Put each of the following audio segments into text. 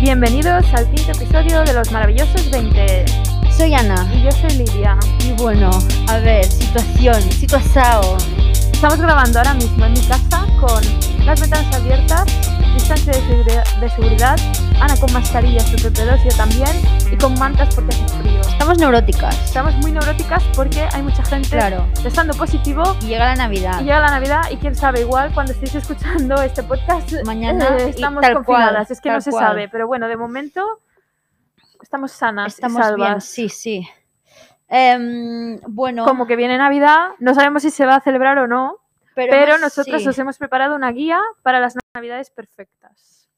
Bienvenidos al quinto episodio de Los Maravillosos 20. Soy Ana. Y yo soy Lidia. Y bueno, a ver, situación, situación. Estamos grabando ahora mismo en mi casa con las ventanas abiertas, distancia de, seguri- de seguridad, Ana con mascarilla, sujetadores yo también, y con mantas porque hace frío. Estamos neuróticas. Estamos muy neuróticas porque hay mucha gente Claro. testando positivo. Y llega la Navidad. Y llega la Navidad y quién sabe, igual cuando estéis escuchando este podcast, Mañana eh, y estamos tal confinadas, cual, es que no tal se cual. sabe, pero bueno, de momento estamos sanas, y Estamos bien, salvas. sí, sí. Em, bueno, Como que viene Navidad, no sabemos si se va a celebrar o no, pero, pero, hemos- nosotras sí. os hemos preparado una guía para las Navidades perfectas.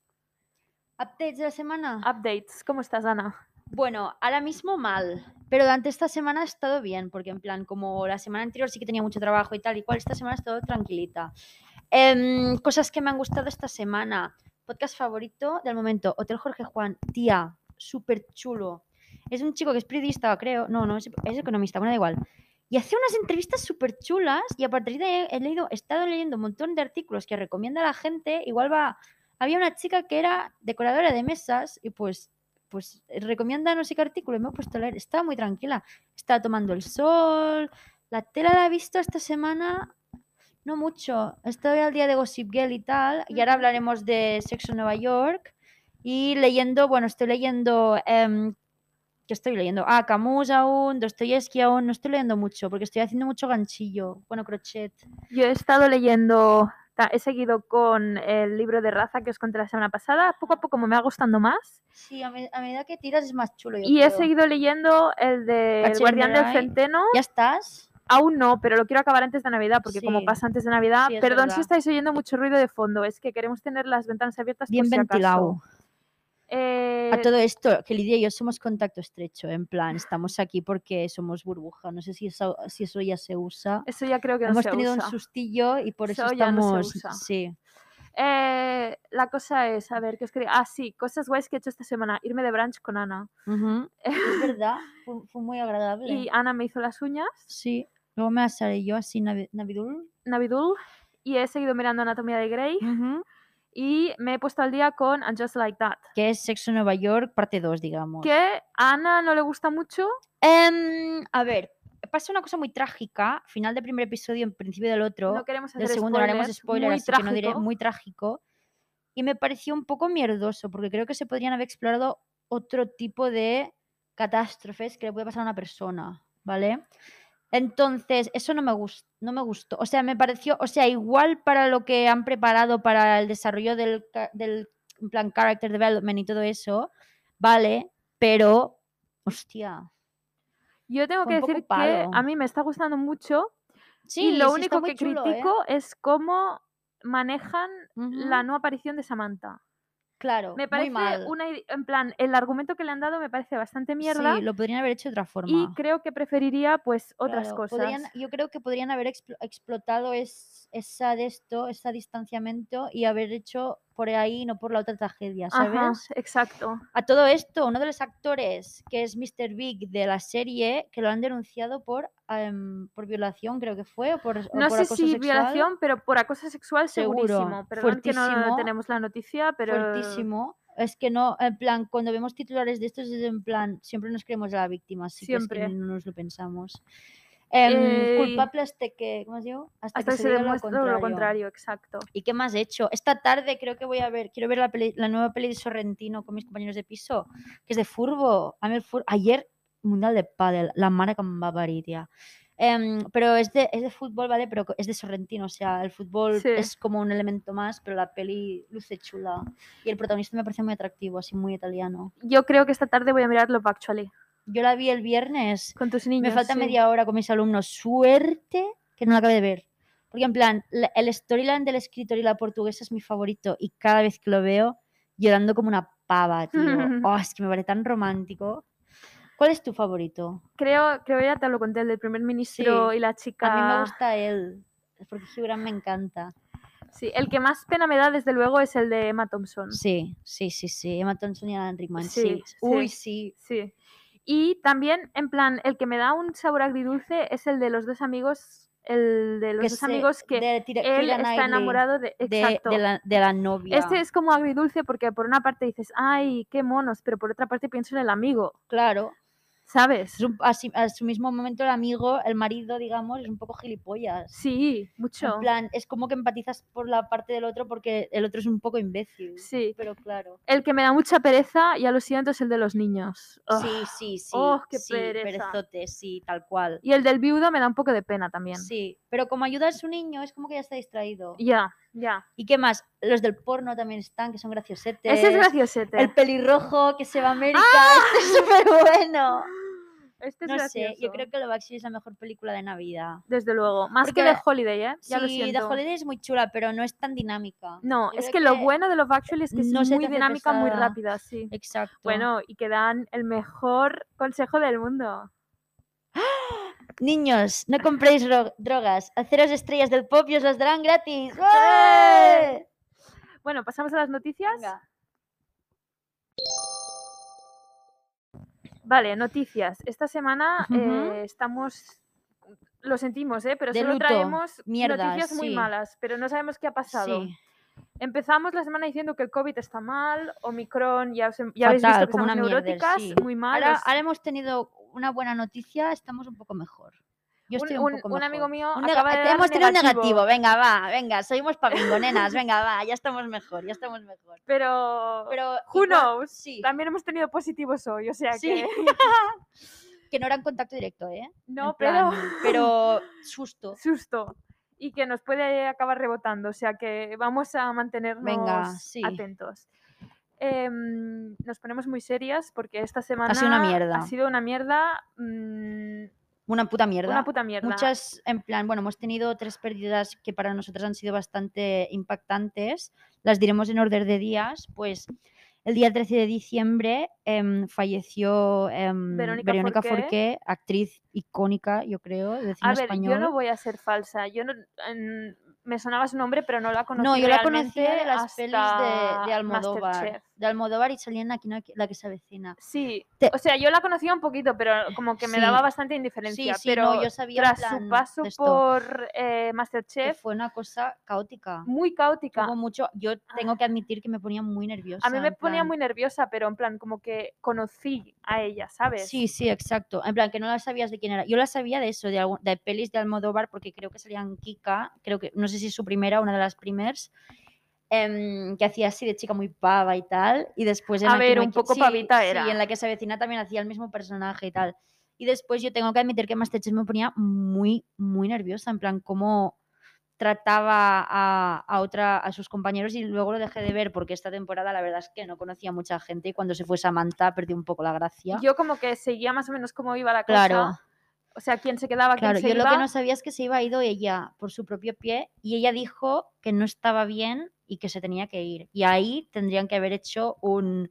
¿Updates de la semana? Updates, ¿cómo estás, Ana? Bueno, ahora mismo mal, pero durante esta semana ha estado bien, porque en plan, como la semana anterior sí que tenía mucho trabajo y tal y cual, esta semana ha estado tranquilita. Em, cosas que me han gustado esta semana. Podcast favorito del momento, Hotel Jorge Juan, tía, súper chulo. Es un chico que es periodista, creo. No, no, es, es economista, bueno, da igual. Y hace unas entrevistas súper chulas y a partir de ahí he, leído, he estado leyendo un montón de artículos que recomienda a la gente. Igual va... Había una chica que era decoradora de mesas y pues pues eh, recomienda no sé qué artículo y me he puesto a leer. Estaba muy tranquila. Estaba tomando el sol. La tela la he visto esta semana. No mucho. Estoy al día de Gossip Girl y tal. Y ahora Ujú. hablaremos de Sexo en Nueva York. Y leyendo, bueno, estoy leyendo. em, ¿Qué estoy leyendo? Ah, Camus aún, Dostoyevsky aún. No estoy leyendo mucho porque estoy haciendo mucho ganchillo. Bueno, crochet. Yo he estado leyendo, ta- he seguido con el libro de raza que os conté la semana pasada, poco a poco me va gustando más, Sí, a, me- a medida que tiras es más chulo. yo y he creo. seguido leyendo el de El Cachero Guardián del Moray. Centeno, ¿Ya estás? aún no, pero lo quiero acabar antes de Navidad, porque como Sí. pasa antes de Navidad, Sí, es perdón si verdad. estáis oyendo mucho ruido de fondo, es que queremos tener las ventanas abiertas. Bien por si acaso. ventilado. Eh, A todo esto, que Lidia y yo somos contacto estrecho, en plan, estamos aquí porque somos burbuja. No sé si eso, si eso ya se usa. Eso ya creo que no Hemos se tenido usa. un sustillo y por eso, Eso ya no se estamos. usa. Sí. Eh, la cosa es, a ver, ¿qué os quería? Ah, sí, cosas guays que he hecho esta semana. Irme de brunch con Ana. Ujú. Es verdad, fue, fue muy agradable. Y Ana me hizo las uñas, Sí. Luego me asaré yo así, navi- Navidul. Navidul, y he seguido mirando Anatomía de Grey. Ujú. Y me he puesto al día con And Just Like That. Que es Sexo en Nueva York, parte 2, digamos. Que a Ana no le gusta mucho. Em, a ver, pasa una cosa muy trágica, final del primer episodio, en principio del otro. No queremos hacer del segundo no haremos spoilers, spoiler, muy así que no diré trágico. muy trágico. Y me pareció un poco mierdoso, porque creo que se podrían haber explorado otro tipo de catástrofes que le puede pasar a una persona, ¿vale? Entonces, eso no me, gus- no me gustó. O sea, me pareció, o sea, igual para lo que han preparado para el desarrollo del, ca- del en plan character development y todo eso, vale, pero, hostia. Yo tengo Fue que un poco decir que palo. a mí me está gustando mucho. Sí, y lo sí, está único muy que chulo, ¿eh? critico es cómo manejan la Ujú, no aparición de Samantha. claro, Me muy parece mal. una ide- en plan el argumento que le han dado me parece bastante mierda Sí, lo podrían haber hecho de otra forma. y creo que preferiría pues otras Claro, cosas. podrían- yo creo que podrían haber explo- explotado es- esa de esto, ese distanciamiento y haber hecho por ahí, no por la otra tragedia, ¿sabes? Ajá, exacto. A todo esto, uno de los actores, que es Mr. Big de la serie, que lo han denunciado por, em, por violación, creo que fue, o por, o No por sé acoso si sexual, violación, pero por acoso sexual Seguro, segurísimo. Perdón que no fuertísimo, tenemos la noticia, pero fuertísimo. Es que no, en plan, cuando vemos titulares de estos, es en plan, siempre nos creemos la víctima, así que Siempre. es que no nos lo pensamos. Em, Eh, culpable hasta que, ¿cómo os digo? Hasta, hasta que se, diga lo demuestre contrario. exacto. ¿Y qué más he hecho? Esta tarde creo que voy a ver, quiero ver la, peli- la nueva peli de Sorrentino con mis compañeros de piso, que es de Furbo. A mí el fur- Ayer, Mundial de Pádel, la mara con Bavari, tía. Em, pero es de, es de fútbol, ¿vale? Pero co- es de Sorrentino, o sea, el fútbol Sí. es como un elemento más, pero la peli luce chula. Y el protagonista me parece muy atractivo, así muy italiano. Yo creo que esta tarde voy a mirar Love Actually Yo la vi el viernes con tus niños. me falta sí. media hora con mis alumnos. Suerte que no la acabé de ver. Porque en plan, la- el storyline del escritor y la portuguesa es mi favorito. Y cada vez que lo veo, llorando como una pava, tío. Oh, es que me parece tan romántico. ¿Cuál es tu favorito? Creo, creo que ya te lo conté, el del primer ministro y la chica. A mí me gusta él. Porque Hugh Grant me encanta. Sí, el que más pena me da, desde luego, es el de Emma Thompson. Sí, sí, sí, sí. Emma Thompson y Alan Rickman. Sí, Sí. sí. Uy, sí. Sí. Y también, en plan, el que me da un sabor agridulce es el de los dos amigos el de los que dos se- amigos que de Tira- él está Keira Knightley, enamorado de... de, Exacto. de la, de la novia. Este es como agridulce porque por una parte dices, ay, qué monos, pero por otra parte pienso en el amigo, Claro. ¿sabes? Es un- a, sí- a su mismo momento el amigo, el marido, digamos, es un poco gilipollas. Sí, mucho. En plan, es como que empatizas por la parte del otro porque el otro es un poco imbécil. Sí. Pero claro. El que me da mucha pereza, ya lo siento, es el de los niños. Ugh. Sí, sí, sí. Oh, qué sí, pereza. perezote, sí, tal cual. Y el del viudo me da un poco de pena también. Sí, pero como ayuda a su niño, es como que ya está distraído. Ya, ya. ¿Y qué más? Los del porno también están, que son graciosetes. Ese es graciosete. El pelirrojo que se va a América, este es súper bueno. Este es No gracioso. sé, yo creo que Love Actually es la mejor película de Navidad. Desde luego. Más que Porque- The Holiday, ¿eh? Ya lo sí, The siento. Holiday es muy chula, pero no es tan dinámica. No, yo es creo que lo que bueno de Love Actually es que no es se te muy hace dinámica, muy pesada. rápida, sí. Exacto. Bueno, y que dan el mejor consejo del mundo. Niños, no compréis dro- drogas. Haceros estrellas del pop y os las darán gratis. ¡Eh! ¡Ué! Bueno, pasamos a las noticias. Venga. Vale, noticias. Esta semana Ujú. eh, estamos. Lo sentimos, ¿eh? Pero De solo luto, traemos mierdas, noticias muy sí. malas, pero no sabemos qué ha pasado. Sí, Empezamos la semana diciendo que el COVID está mal, Omicron, ya, os, he- ya habéis visto Fatal, que como estamos una mierder, neuróticas, sí. muy mal. ahora, los- ahora hemos tenido una buena noticia, estamos un poco mejor. Yo un, estoy un- un, poco un amigo mejor. mío Un neg- acaba de te- dar hemos tenido un negativo, negativo, venga, va, venga, seguimos para bingo, nenas, venga, va, ya estamos mejor, ya estamos mejor. Pero, Pero who igual- knows? sí, También hemos tenido positivos hoy, o sea Sí. que que no era en contacto directo, ¿eh? no, En plan, pero pero susto. susto y que nos puede acabar rebotando, o sea que vamos a mantenernos sí. atentos. Em, nos ponemos muy serias porque esta semana sido una mierda. Ha sido una mierda, mm, Una puta mierda. una puta mierda. Muchas, en plan, bueno, hemos tenido tres pérdidas que para nosotras han sido bastante impactantes. Las diremos en orden de días. Pues el día 13 de diciembre em, falleció em, Verónica Verónica, Forqué. Forqué. actriz icónica, yo creo, de cine A ver, español. yo no voy a ser falsa. Yo no, en- me sonaba su nombre, pero no la conocí. No, yo la conocía de realmente las pelis de- de, hasta Almodóvar. Masterchef. De Almodóvar y salía en Aquí no hay que- la que se avecina. Sí, Te- Eh, o sea, yo la conocía un poquito, pero como que me Sí. daba bastante Sí, indiferencia. sí, pero no, yo sabía en tras su plan paso de esto, por eh, que Masterchef, fue una cosa caótica. muy caótica. Hubo mucho, yo tengo que admitir que me ponía muy nerviosa. Ah. A mí me en ponía plan- muy nerviosa, pero en plan, como que conocí a ella, ¿sabes? Sí, sí, exacto. En plan, que no la sabías de quién era. Yo la sabía de eso, de, algu- de pelis de Almodóvar, porque creo que salían Kika, creo que, no sé si es su primera, una de las primers, em, que hacía así de chica muy pava y tal. Y después... en A Aquí ver, no hay un quien- poco sí, pavita sí, era. en la que se avecina también hacía el mismo personaje y tal. Y después yo tengo que admitir que Masterchef me ponía muy, muy nerviosa, en plan, cómo trataba a, a otra a sus compañeros y luego lo dejé de ver porque esta temporada la verdad es que no conocía mucha gente y cuando se fue Samantha perdí un poco la gracia. Yo como que seguía más o menos cómo iba la cosa. claro. O sea, quién se quedaba, quién Claro, se yo iba. lo que no sabía es que se iba ido ella por su propio pie y ella dijo que no estaba bien y que se tenía que ir. Y ahí tendrían que haber hecho un,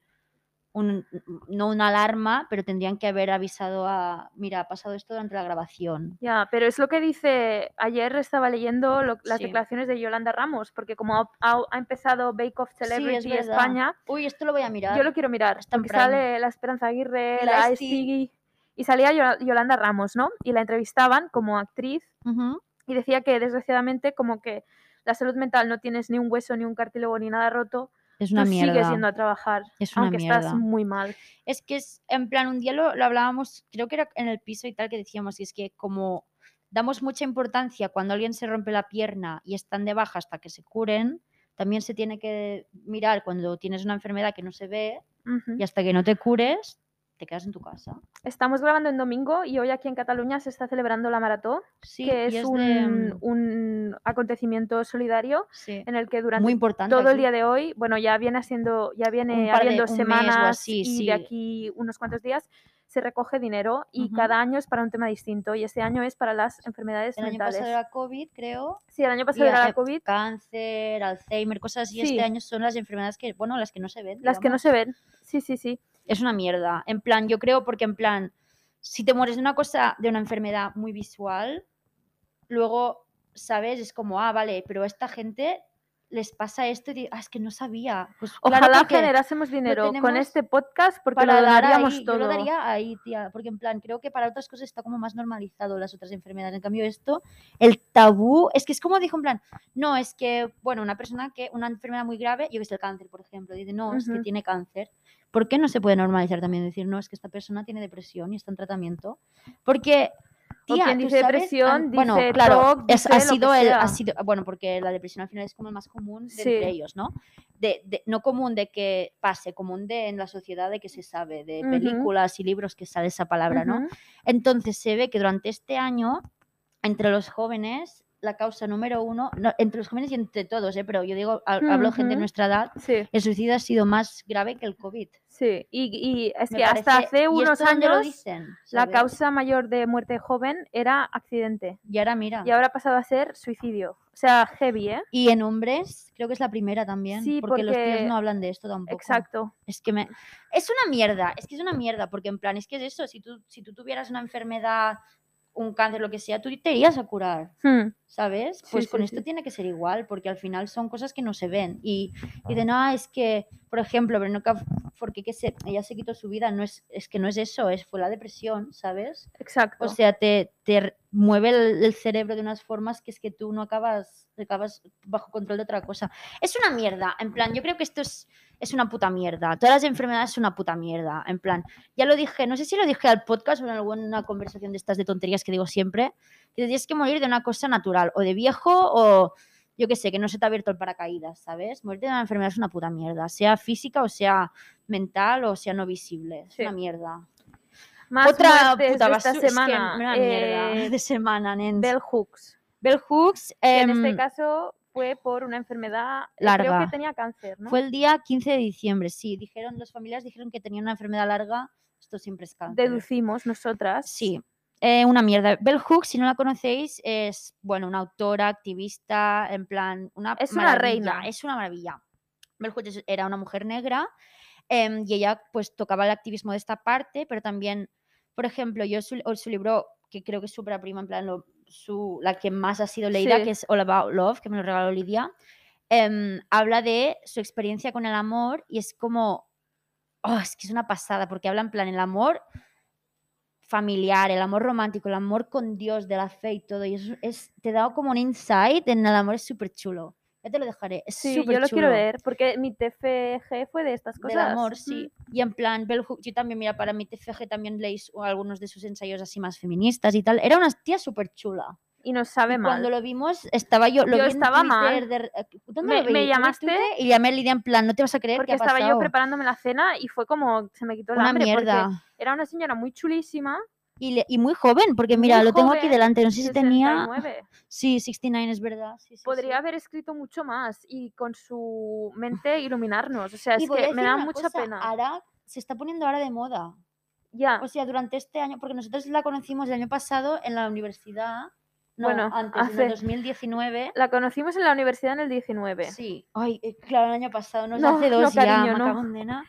un- no una alarma, pero tendrían que haber avisado a, mira, ha pasado esto durante la grabación. Ya, pero es lo que dice, ayer estaba leyendo lo- las Sí. declaraciones de Yolanda Ramos, porque como ha, ha- ha empezado Bake Off es Celebrity verdad. España, Uy, esto lo voy a mirar. yo lo quiero mirar, Está en porque Prime. sale la Esperanza Aguirre, Y la la Esti. Esti, y salía Yo- Yolanda Ramos, ¿no? Y la entrevistaban como actriz Ujú. y decía que desgraciadamente como que la salud mental no tienes ni un hueso, ni un cartílago, ni nada roto, Es una tú mierda. sigues yendo a trabajar, Es una aunque mierda. estás muy mal. Es que es, en plan, un día lo, lo hablábamos, creo que era en el piso y tal, que decíamos, y es que como damos mucha importancia cuando alguien se rompe la pierna y están de baja hasta que se curen, también se tiene que mirar cuando tienes una enfermedad que no se ve Ujú. y hasta que no te cures, te quedas en tu casa. Estamos grabando en domingo y hoy aquí en Cataluña se está celebrando la maratón, Sí, que y es, de, un, mm, un acontecimiento solidario sí, en el que durante muy importante. todo el aquí. día de hoy, bueno, ya viene haciendo, ya viene Un par de- habiendo un mes o semanas así, y sí. de aquí unos cuantos días se recoge dinero y Ujú. cada año es para un tema distinto y este año es para las enfermedades El año mentales. pasado era COVID, creo, Sí, el año pasado era eh, la COVID, cáncer, Alzheimer, cosas así. Sí. Este año son las enfermedades que, bueno, las que no se ven. las que no digamos. se ven. Sí, sí, sí. es una mierda. En plan, yo creo porque en plan, si te mueres de una cosa, de una enfermedad muy visual, luego, ¿sabes? Es como, ah, vale, pero esta gente les pasa esto y di- "Ah, es que no sabía. Pues, claro, Ojalá porque generásemos dinero con tenemos este podcast porque lo para dar daríamos ahí- todo. Yo lo daría ahí, tía, porque en plan, creo que para otras cosas está como más normalizado las otras enfermedades. En cambio, esto, el tabú, es que es como dijo en plan, no, es que, bueno, una persona que, una enfermedad muy grave, yo que sé, el cáncer, por ejemplo, dice, no, es que Ujú. tiene cáncer. ¿Por qué no se puede normalizar también decir, no, es que esta persona tiene depresión y está en tratamiento? Porque, O tía, quien tú dice sabes, depresión, an- bueno, dice claro, TOC, es- dice ha lo que sido el, sea. ha sido, bueno, porque la depresión al final es como el más común de Sí. entre ellos, ¿no? de, de- no común de que pase, común de en la sociedad de que se sabe, de Ujú. películas y libros que sale esa palabra, ¿no? Ujú. Entonces se ve que durante este año, entre los jóvenes, la causa número uno, no, entre los jóvenes y entre todos, ¿eh? pero yo digo, ha- hablo gente de Ujú. nuestra edad, Sí, el suicidio ha sido más grave que el COVID. sí. Y, y es me que hasta parece. hace ¿Y unos esto dónde lo años dicen? la ¿Sabes? causa mayor de muerte joven era accidente. Y ahora mira. Y ahora ha pasado a ser suicidio. O sea, heavy, ¿eh? Y en hombres, creo que es la primera también, Sí, porque, los tíos porque- no hablan de esto tampoco. Exacto. Es que me... Es una mierda, es que es una mierda, porque en plan, es que es eso, si tú, si tú tuvieras una enfermedad, un cáncer, lo que sea, tú te irías a curar, Hmm. ¿sabes? Sí, Pues con sí, esto sí. tiene que ser igual, porque al final son cosas que no se ven. Y dicen, ah, es que, por ejemplo, Brenoca, porque que se, ella se quitó su vida, no es, es que no es eso, es, fue la depresión, ¿sabes? Exacto. O sea, te, te r- mueve el, el cerebro de unas formas que es que tú no acabas, acabas bajo control de otra cosa. Es una mierda, en plan, yo creo que esto es, es una puta mierda. Todas las enfermedades son una puta mierda, en plan. Ya lo dije, no sé si lo dije al podcast o en alguna conversación de estas de tonterías que digo siempre, que te tienes que morir de una cosa natural, o de viejo, o yo qué sé, que no se te ha abierto el paracaídas, ¿sabes? Morirte de una enfermedad es una puta mierda, sea física o sea mental o sea no visible, es Sí. una mierda Ah, Más otra muertes puta de esta basura. semana. Es que una eh, mierda de semana, nens. Bell, Bell Hooks. Hooks que en em, este caso fue por una enfermedad eh, Creo larga. que tenía cáncer, ¿no? fue el día 15 de diciembre, sí. Dijeron, las familias dijeron que tenía una enfermedad larga. Esto siempre es cáncer. Deducimos nosotras. Sí, eh, una mierda. Bell Hooks, si no la conocéis, es, bueno, una autora, activista, en plan, una Es una maravilla, reina. Es una maravilla. Bell Hooks es- era una mujer negra em, y ella, pues, tocaba el activismo de esta parte, pero también, por ejemplo, yo su, o su libro, que creo que es su prima, en plan, lo- su, la que más ha sido leída, Sí. que es All About Love, que me lo regaló Lidia, em, habla de su experiencia con el amor y es como, oh, es que es una pasada, porque habla en plan el amor familiar, el amor romántico, el amor con Dios, de la fe y todo. Y eso es, te da como un insight en el amor, es súper chulo. Ya te lo dejaré. Es Sí, súper chulo. yo lo quiero ver porque mi TFG fue de estas Del cosas. amor, sí. Y en plan, Bell Hooks, yo también, mira, para mi TFG también leí su- algunos de sus ensayos así más feministas y tal. Era una tía súper chula. Mm, Y nos sabe mal. Cuando lo vimos, estaba yo. Lo Yo vi en estaba mal. Twitter de- eh, ¿dónde Me- lo vi? me Lo vi en llamaste Twitter Y llamé a Lidia en plan, no te vas a creer Porque que ha estaba pasado. yo preparándome la cena y fue como se me quitó el Una hambre mierda. porque era una señora muy chulísima. Y, le- y muy joven, porque Muy mira, lo tengo aquí joven, delante. No sé si tenía. 69. Sí, 69 es verdad. Sí, sí, sí. Podría haber escrito mucho más y con su mente iluminarnos. O sea, Y es voy a que me decir da una mucha cosa, pena. Ah. Ara se está poniendo ahora de moda. Ya. O sea, durante este año, porque nosotros la conocimos el año pasado en la universidad. No, Bueno, antes, en hace- el 2019. La conocimos en la universidad en el 19. Sí. Ay, eh, claro, el año pasado, no, es No, hace no, dos cariño, ya, me no. cago en nena.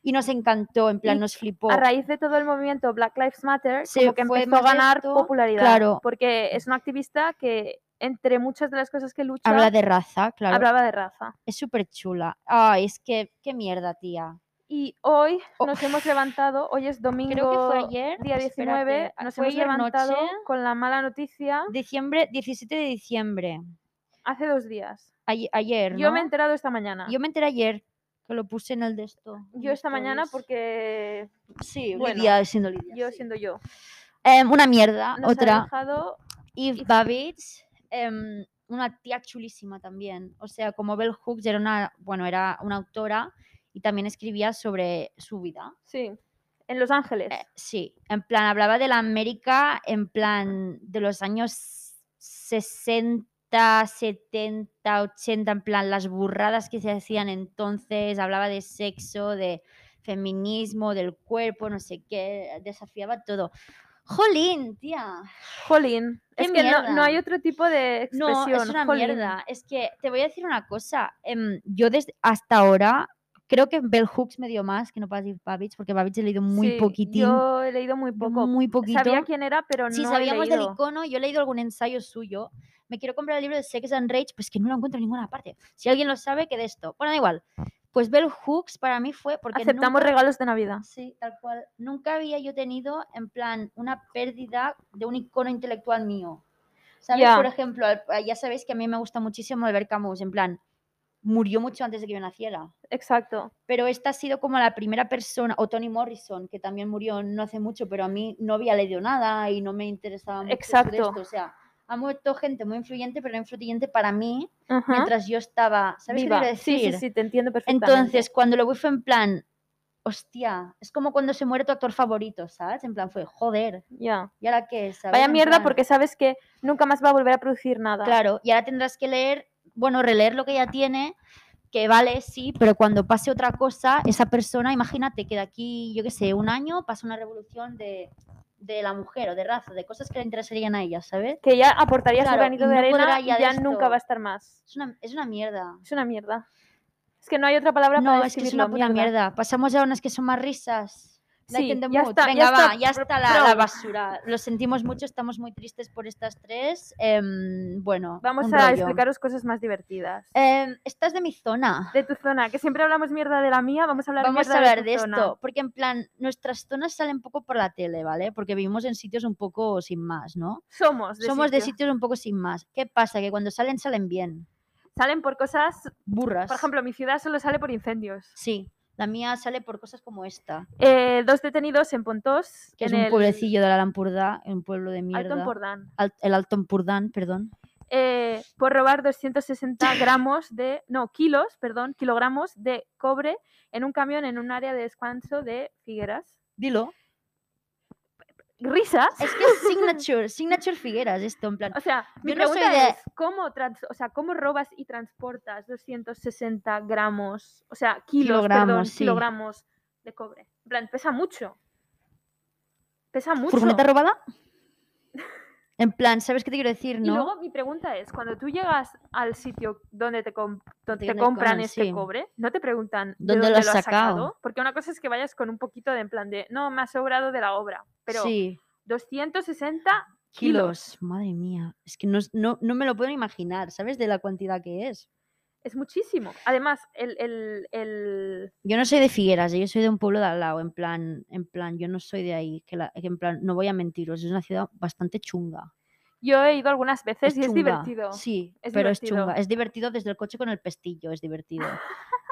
Y nos encantó, en plan, Y nos flipó. a raíz de todo el movimiento Black Lives Matter, Se como que fue empezó a más ganar esto, popularidad. claro. Porque es una activista que, entre muchas de las cosas que lucha, Habla de raza, claro. hablaba de raza. Es súper chula. Ay, es que, qué mierda, tía. Y hoy Oh. nos hemos levantado, hoy es domingo, Creo que fue ayer. día 19, espérate, a- nos fue hemos ayer levantado noche, con la mala noticia diciembre, 17 de diciembre. hace dos días. Ay- ayer, Yo me he ¿no? enterado esta mañana. Yo me enteré ayer que lo puse en el de esto. en Yo esta mañana stories. porque Sí, bueno, Lidia, siendo Lidia. yo sí. siendo yo. Em, una mierda, Nos ha otra. dejado Eve Eve- Babbage, em, una tía chulísima también. O sea, como Bell Hooks era una, bueno, era una autora y también escribía sobre su vida. sí, en Los Ángeles. Eh, sí, en plan, hablaba de la América, en plan, de los años 60, 70, 80, en plan, las burradas que se hacían entonces, hablaba de sexo, de feminismo, del cuerpo, no sé qué, desafiaba todo. Jolín, tía. Jolín. ¡Qué Es que no, no hay mierda! otro tipo de No, expresión. es una jolín. mierda. Es que te voy a decir una cosa. em, yo desde hasta ahora creo que Bell Hooks me dio más que no para Babich, porque Babich he leído muy Sí, poquitín. Yo he leído muy yo poco. Muy poquito. Sabía quién era, pero Sí, no he sabíamos del leído. icono. Yo he leído algún ensayo suyo, me quiero comprar el libro de Sex and Rage, pues que no lo encuentro en ninguna parte. Si alguien lo sabe, que de esto. Bueno, da igual. Pues Bell Hooks para mí fue porque Ah. Aceptamos nunca- regalos de Navidad. Sí, tal cual. Nunca había yo tenido, en plan, una pérdida de un icono intelectual mío. ¿Sabes? Ya. Por ejemplo, al- ah, ya sabéis que a mí me gusta muchísimo Albert Camus, en plan, murió mucho antes de que yo naciera. Exacto. Pero esta ha sido como la primera persona, o Toni Morrison, que también murió no hace mucho, pero a mí no había leído nada y no me interesaba mucho esto de Exacto. esto. O sea, ha muerto gente muy influyente, pero no influyente para mí, Ajá. mientras yo estaba, ¿sabes qué Viva. quiero decir? Sí, sí, sí, te entiendo perfectamente. Entonces, cuando lo vi fue en plan, hostia, es como cuando se muere tu actor favorito, ¿sabes? En plan fue, joder, Ya. ¿y ahora qué? ¿sabes? Vaya En mierda plan, porque sabes que nunca más va a volver a producir nada. Claro, y ahora tendrás que leer, bueno, releer lo que ya tiene, que vale, sí, pero cuando pase otra cosa, esa persona, imagínate que de aquí, yo qué sé, un año pasa una revolución de, de la mujer o de raza, de cosas que le interesarían a ella, ¿sabes? Que ya aportaría su Claro, granito y de no podrá arena y ya ya, de esto. nunca va a estar más. Es una, es una mierda. Es una mierda. Es que no hay otra palabra No, para es que es una describirlo, puta mierda. Pasamos ya a unas que son más risas. Like Sí, in the ya mood. está, Venga, ya va, está. ya está la, la basura. Lo sentimos mucho, estamos muy tristes por estas tres. Em, bueno, Vamos un a rollo. explicaros cosas más divertidas. Em, esta es de mi zona. De tu zona, que siempre hablamos mierda de la mía, vamos a hablar Vamos mierda a hablar tu de zona. esto, porque en plan, nuestras zonas salen poco por la tele, ¿vale? Porque vivimos en sitios un poco sin más, ¿no? Somos de Somos de sitio. sitios un poco sin más. ¿Qué pasa? Que cuando salen, salen bien. Salen por cosas, Burras. por ejemplo, mi ciudad solo sale por incendios. Sí, la mía sale por cosas como esta, Eh, dos detenidos en Pontós, que en es un el pueblecillo de la Lampurdá, un pueblo de Alto mierda. en Pordán, Al- el Alto Empurdán, perdón. eh, por robar 260 gramos de, no, kilos, perdón, kilogramos de cobre en un camión en un área de descanso de Figueras. Dilo. Risas. Es que es Signature, Signature Figueras, esto, en plan. O sea, mi Yo no soy pregunta de- es, ¿cómo, trans- o sea, ¿cómo robas y transportas 260 gramos, o sea, kilos, Kilogramos, perdón, sí. kilogramos de cobre? En plan, pesa mucho. Pesa mucho. ¿Furgoneta robada? En plan, ¿sabes qué te quiero decir, Y no? luego mi pregunta es, cuando tú llegas al sitio donde te, com- donde Donde te compran compran, este sí. cobre, no te preguntan de ¿Dónde lo has sacado? Porque una cosa es que vayas con un poquito de en plan de, no, me ha sobrado de la obra, pero sí, 260 kilos. Madre mía, es que no, es- no, no me lo puedo imaginar, ¿sabes? De la cantidad que es. es muchísimo. Además, el, el, el- Yo no soy de Figueras, ¿eh? yo soy de un pueblo de al lado, en plan, en plan, yo no soy de ahí, que, la- que en plan, no voy a mentiros, es una ciudad bastante chunga. yo he ido algunas veces y es chunga, divertido. Sí, es pero es divertido. chunga. Es divertido desde el coche con el pestillo, es divertido.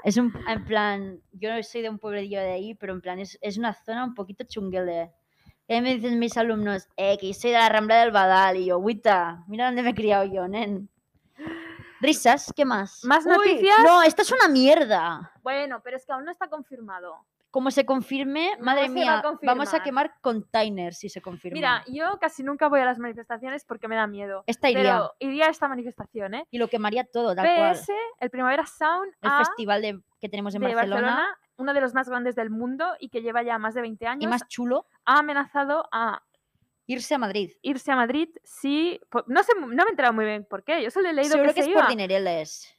es un, en plan, yo no soy de un pueblecillo de ahí, pero en plan, es, es una zona un poquito chunguele. Y ahí me dicen mis alumnos, eh, que soy de la Rambla del Badal, y yo, "Guita, mira dónde me he criado yo, nen. Risas, ¿qué más? ¿Más noticias? No, esta es una mierda. Bueno, pero es que aún no está confirmado. Como se confirme, madre se va a mía, vamos a confirmar. quemar containers si se confirma. Mira, yo casi nunca voy a las manifestaciones porque me da miedo. esta iría. Pero iría a esta manifestación, ¿eh? Y lo quemaría todo, tal cual. PS, el Primavera Sound El A festival de- que tenemos en de Barcelona Barcelona, uno de los más grandes del mundo y que lleva ya más de 20 años, y más chulo. ha amenazado a irse a Madrid. irse a Madrid si... po- No, sé, no me he enterado muy bien por qué, yo solo he leído Seguro que, que, se es iba. por dinereles.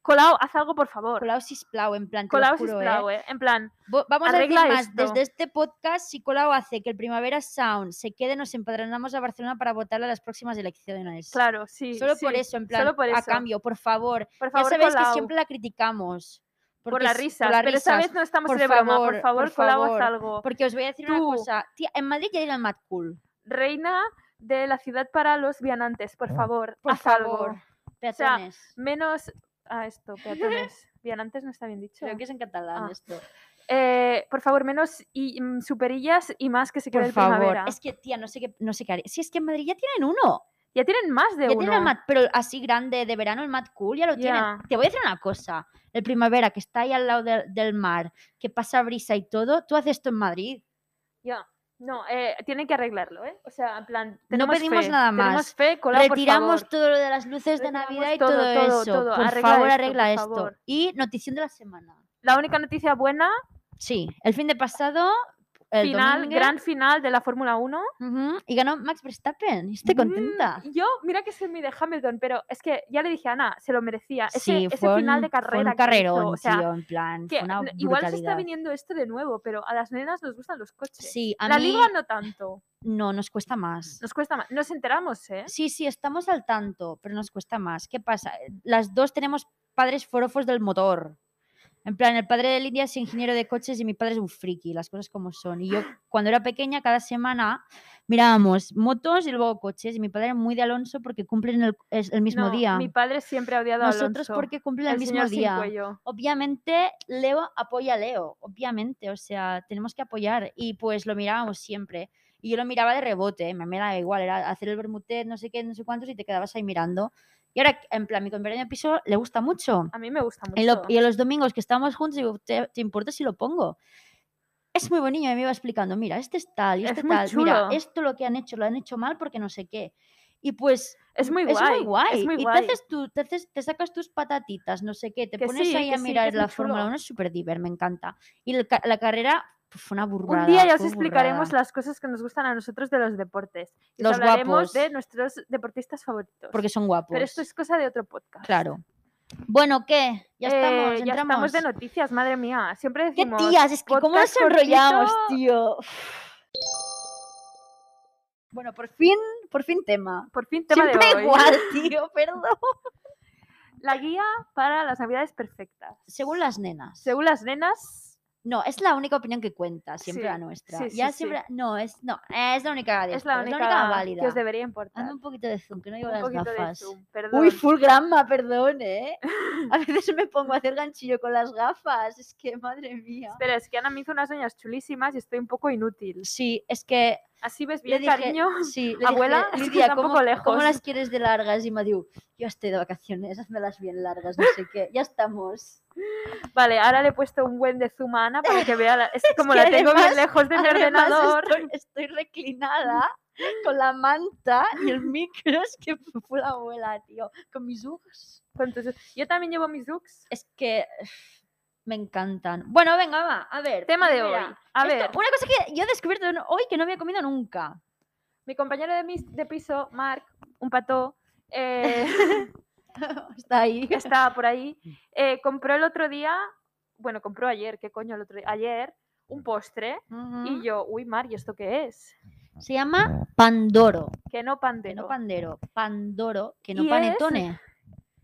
Colau, haz algo, por favor. Colau sisplau, en plan, te lo Colau, juro, ¿eh? sisplau, ¿eh? En plan, Vo- Vamos Arregla a decir más, esto. desde este podcast, si Colau hace que el Primavera Sound se quede, nos empadronamos a Barcelona para votarle a las próximas elecciones. claro, sí. Solo por sí, eso, en plan, solo por a eso. cambio, por favor. Por favor, ya sabéis Colau, que siempre la criticamos. por porque las es- risas, las pero esta risas, vez no estamos por de broma, por favor, favor, por Colau, favor. haz algo. Porque os voy a decir Tú. una cosa. Tía, en Madrid ya era el Mad Cool. Reina de la ciudad para los vianantes, por favor, Por haz favor. algo. Peatones. Menos... a esto, peatones. Vianantes no está bien dicho. Creo que es en catalán Ah. esto. Eh, por favor, menos y, mm, superillas y más que se quede Por el favor. primavera. Es que, tía, no sé qué, no sé qué haré. Si es que en Madrid ya tienen uno. Ya tienen más de Ya uno. tienen el Mad- pero así grande de verano, el Mad Cool, ya lo Ya. tienen. Te voy a decir una cosa. El primavera, que está ahí al lado del- del mar, que pasa brisa y todo, tú haces esto en Madrid. Ya. No, eh, tienen que arreglarlo, ¿eh? O sea, en plan, No tenemos pedimos fe, nada Tenemos más. fe, Colau, por Retiramos favor. todo lo de las luces de Retiramos Navidad y todo, todo, todo, eso. todo. Por Arregla favor, esto, arregla por esto. favor. Y notición de la semana. La única noticia buena, Sí, el fin de pasado el final, domingo. gran final de la Fórmula 1. Ujú, Y ganó Max Verstappen. y Estoy Mm, contenta. Yo, mira que soy mi de Hamilton, pero es que ya le dije a Ana, se lo merecía. Ese, sí, ese fue final un, de fue un carrera. que hizo, carrerón, o sea, tío, en plan. que fue una n- igual se está brutalidad. viniendo esto de nuevo, pero a las nenas nos gustan los coches. Sí, a la mí liga no tanto. no nos cuesta más. Nos cuesta más. Nos enteramos, ¿eh? Sí, sí, estamos al tanto, pero nos cuesta más. ¿Qué pasa? Eh, Las dos tenemos padres forofos del motor. En plan, el padre de Lidia es ingeniero de coches y mi padre es un friki, las cosas como son. Y yo, cuando era pequeña, cada semana mirábamos motos y luego coches. Y mi padre era muy de Alonso porque cumplen el, es el mismo No, día. Mi padre siempre ha odiado a Nosotros Alonso. porque cumplen el, el mismo señor sin día. cuello. Obviamente, Leo apoya a Leo, obviamente, o sea, tenemos que apoyar y pues lo mirábamos siempre. Y yo lo miraba de rebote, me, me daba igual, era hacer el bermuté, no sé qué, no sé cuántos y te quedabas ahí mirando. Y ahora, en plan, mi compañero de piso le gusta mucho. A mí me gusta mucho. Y, lo- y los domingos que estábamos juntos, digo, ¿te, te importa si lo pongo? Es muy bonito y me iba explicando, mira, este es tal y Es este muy tal, mira, chulo. esto lo que han hecho, lo han hecho mal porque no sé qué. Y pues es muy es guay. muy guay. Es muy y guay. te haces tú, te, haces- te sacas tus patatitas, no sé qué, te Que pones sí, ahí que a sí, que mirar es muy la Fórmula chulo. 1, es súper diver, me encanta. Y el ca- la carrera pues, fue una burrada. Un día ya os fue explicaremos burrada, las cosas que nos gustan a nosotros de los deportes. Y os Los hablaremos guapos. de nuestros deportistas favoritos. Porque son guapos. Pero esto es cosa de otro podcast. Claro. Bueno, ¿qué? Ya estamos, Eh, ya entramos. estamos de noticias, madre mía. Siempre ¿Qué decimos. tías? Es que cómo nos podcast enrollamos, cortito. tío. Bueno, por fin, por fin tema. Por fin, tema Siempre de hoy. igual, tío, perdón. La guía para las navidades perfectas. Según las nenas. Según las nenas, No, es la única opinión que cuenta, siempre la Sí, nuestra. sí, sí, ya sí. siempre, no, es no, es la única de es la esto, única, válida. que os debería importar. Hazme un poquito de zoom, que no llevo Un las poquito de gafas. zoom, perdón. Uy, full grandma, perdón, ¿eh? A veces me pongo a hacer ganchillo con las gafas, es que madre mía. Espera, es que Ana me hizo unas uñas chulísimas y estoy un poco inútil. Sí, es que Así ves le bien, dije, cariño. sí, le "Abuela, es dije, que Lidia, está un ¿cómo, poco lejos". ¿cómo las quieres de largas? Y me dijo, yo estoy de vacaciones, hazmelas bien largas, no sé qué, ya estamos. Vale, ahora le he puesto un buen de zoom a Ana para que vea. la- Es que como que la tengo bien además- lejos de mi Además, ordenador. Estoy, estoy reclinada con la manta y el micro es que fue la abuela, tío. Con mis ojos. con tus- Yo también llevo mis looks. Es que uf, me encantan. Bueno, venga, va. A ver. Tema de primera. hoy. A Pues Esto- ver, Una cosa que yo he descubierto en- hoy que no había comido nunca. mi compañero de, mis- de piso, Marc, un pato, eh, Está ahí. que está por ahí, eh, compró el otro día, bueno, compró ayer, ¿qué coño el otro día? Ayer, Mm. un postre. Y Ujú. yo, uy, Mar, ¿y esto qué es? Se llama Pandoro. Que no Que pandero. no pandero. Pandoro. Que no Y es- panetone.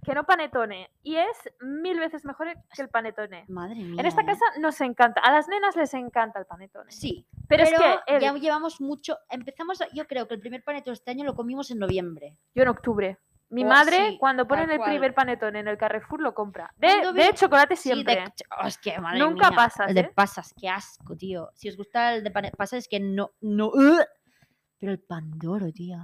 que no panetone. Y es mil veces mejor que el panetone. Madre mía. En esta eh. casa nos encanta. A las nenas les encanta el panetone. Sí, pero, pero, es que el- ya llevamos mucho. Empezamos, a- yo creo que el primer panetón este año lo comimos en noviembre. yo en octubre. Mi Oh, madre, sí, cuando ponen tal el cual. primer panetone en el Carrefour, lo compra. De, Cuando de vi- chocolate Sí, de siempre. ch- oh, es que, madre Nunca mía, pasas, El de ¿eh? pasas, qué asco, tío. Si os gusta el de pane- pasas es que no, no. ¡Ugh! Pero el pandoro, tío.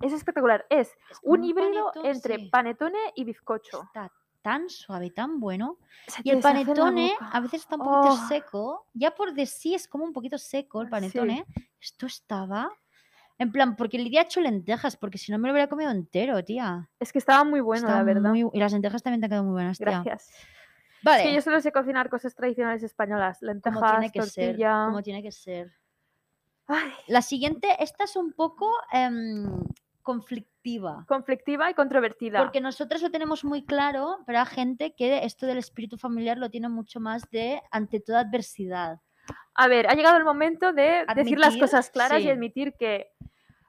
Es espectacular. Es es como un, híbrido panetón, entre sí. panetone y bizcocho. Está tan suave, tan bueno. Se Y te el deshace en la panetone boca. a veces está un poquito Oh. seco. Ya por de sí es como un poquito seco el Sí. panetone. Esto estaba. En plan, porque Lidia ha hecho lentejas, porque si no me lo hubiera comido entero, tía. Es que estaba muy bueno, Está la verdad. muy- Y las lentejas también te han quedado muy buenas, tía. Gracias. Vale. Es que yo solo sé cocinar cosas tradicionales españolas. Lentejas, como tiene que ser, tortilla... como tiene que ser. Ay, La siguiente, esta es un poco em, conflictiva. conflictiva y controvertida. Porque nosotros lo tenemos muy claro, pero hay gente que esto del espíritu familiar lo tiene mucho más de ante toda adversidad. A ver, ha llegado el momento de decir las Admitir, cosas claras sí. y admitir que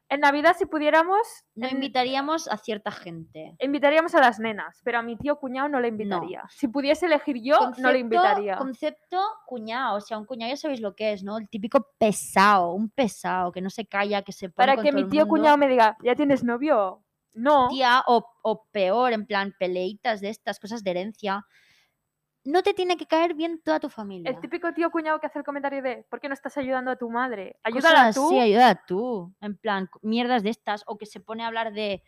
en Navidad, si pudiéramos, No en- invitaríamos a cierta gente. invitaríamos a las nenas, pero a mi tío cuñado no le invitaría. Si pudiese elegir yo, no le invitaría. Concepto cuñado, o sea, un cuñado ya sabéis lo que es, ¿no? El típico pesado, un pesado que no se calla, que se pone Para con que todo mi el tío mundo. cuñado me diga, ¿ya tienes novio? No. tía, o, o peor, en plan, peleitas de estas, cosas de herencia. No te tiene que caer bien toda tu familia. El típico tío cuñado que hace el comentario de, ¿por qué no estás ayudando a tu madre? Cosas Ayúdala tú. así, ayúdala tú. En plan, co- mierdas de estas, o que se pone a hablar de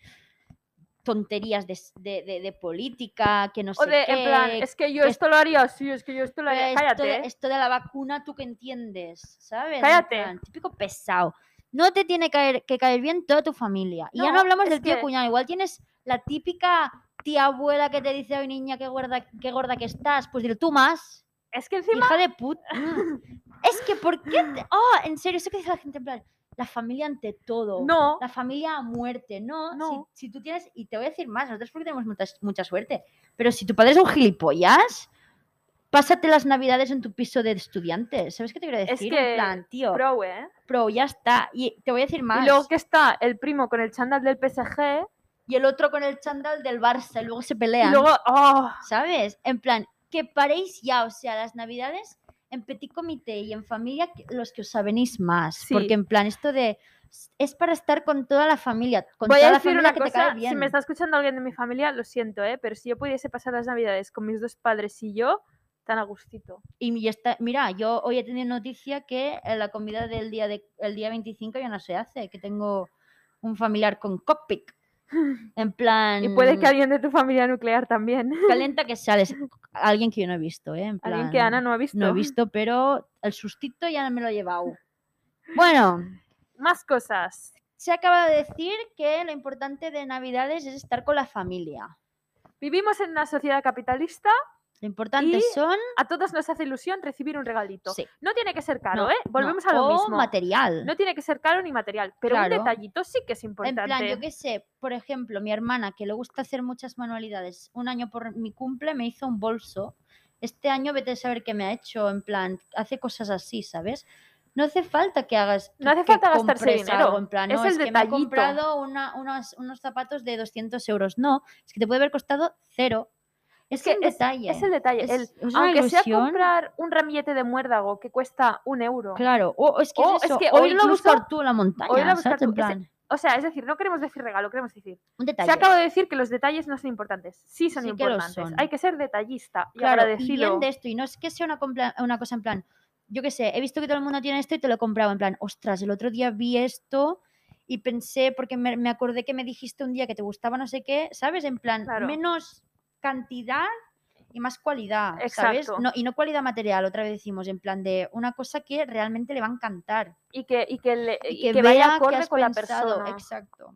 tonterías de, s- de- de- de política, que no o sé de, qué. en plan, es que yo que es- esto lo haría así, es que yo esto lo pero haría. esto, Cállate. de- esto de la vacuna, tú que entiendes, ¿sabes? En Cállate. plan, típico pesado. No te tiene que caer, que caer bien toda tu familia. Y ya no No, hablamos es del tío que- cuñado, igual tienes la típica tía abuela que te dice, hoy niña, qué gorda, qué gorda que estás. Pues dile, tú más. Es que encima Hija de puta. Mm. Es que, ¿por qué? te- Ah, en serio, eso que dice la gente en plan, la familia ante todo. No, La familia a muerte, no. si- No. Si, tú tienes, y te voy a decir más, nosotros porque tenemos mucha, mucha suerte, pero si tu padre es un gilipollas, pásate las navidades en tu piso de estudiantes. ¿Sabes qué te quiero Es decir? que, En plan, tío, pro, bro, ¿eh? ya está. Y te voy a decir más. Y luego que está el primo con el chándal del PSG. Y el otro con el chándal del Barça, y luego se pelean. Y luego, oh, ¿Sabes? En plan, que paréis ya, o sea, las navidades en petit comité y en familia que- los que os avenís más. Sí. Porque en plan, esto de es para estar con toda la familia, con voy toda a la decir familia una que te cae cosa. bien. Si me está escuchando alguien de mi familia, lo siento, ¿eh? Pero si yo pudiese pasar las navidades con mis dos padres y yo, tan a gustito. Y mi- está, mira, yo hoy he tenido noticia que eh, la comida del día de, el día 25 ya no se hace, que tengo un familiar con cockpit. En plan, Y puede que alguien de tu familia nuclear también. calienta que sales. Alguien que yo no he visto, ¿eh? En Alguien que plan, Ana no ha visto. no he visto, pero el sustito ya me lo he llevado. Bueno, Más cosas. se acaba de decir que lo importante de Navidades es estar con la familia. Vivimos en una sociedad capitalista. Lo importante Y son A todos nos hace ilusión recibir un regalito. sí, No tiene que ser caro, No, ¿eh? no, Volvemos a lo o mismo. material. No tiene que ser caro ni material, pero Claro. un detallito sí que es En importante. plan, yo qué sé, por ejemplo, mi hermana, que le gusta hacer muchas manualidades, un año por mi cumple me hizo un bolso. Este año vete a saber qué me ha hecho, en plan, hace cosas así, ¿sabes? No hace falta que hagas. No hace que falta gastarse compres dinero, algo, en plan, es no, el es que me ha detallito". comprado una- unas- unos zapatos de 200 euros. No, es que te puede haber costado cero. Es que que un es- detalle. Es el detalle. Es- el- es una aunque sea ilusión. comprar un ramillete de muérdago que cuesta un euro. Claro, o o es que, O es es eso, que o o irlo a incluso- buscar tú a la montaña, o irlo a ¿sabes? buscar En tú, ese- plan, O sea, es decir, no queremos decir regalo, queremos decir. un Se detalle. acaba de decir que los detalles no son importantes. Sí son Sí que lo importantes. son. Hay que ser detallista y Claro, y agradecido. bien de esto. Y no es que sea una, compla- una cosa en plan, yo qué sé, he visto que todo el mundo tiene esto y te lo he comprado. En plan, ostras, el otro día vi esto y pensé, porque me, me acordé que me dijiste un día que te gustaba no sé qué, ¿sabes? En plan, Claro. menos cantidad y más cualidad, ¿sabes? Exacto. No, y no cualidad material, otra vez decimos, en plan de una cosa que realmente le va a encantar. Y que, y que, le- Y y que, que vea vaya que acorde has con pensado, la persona. Exacto.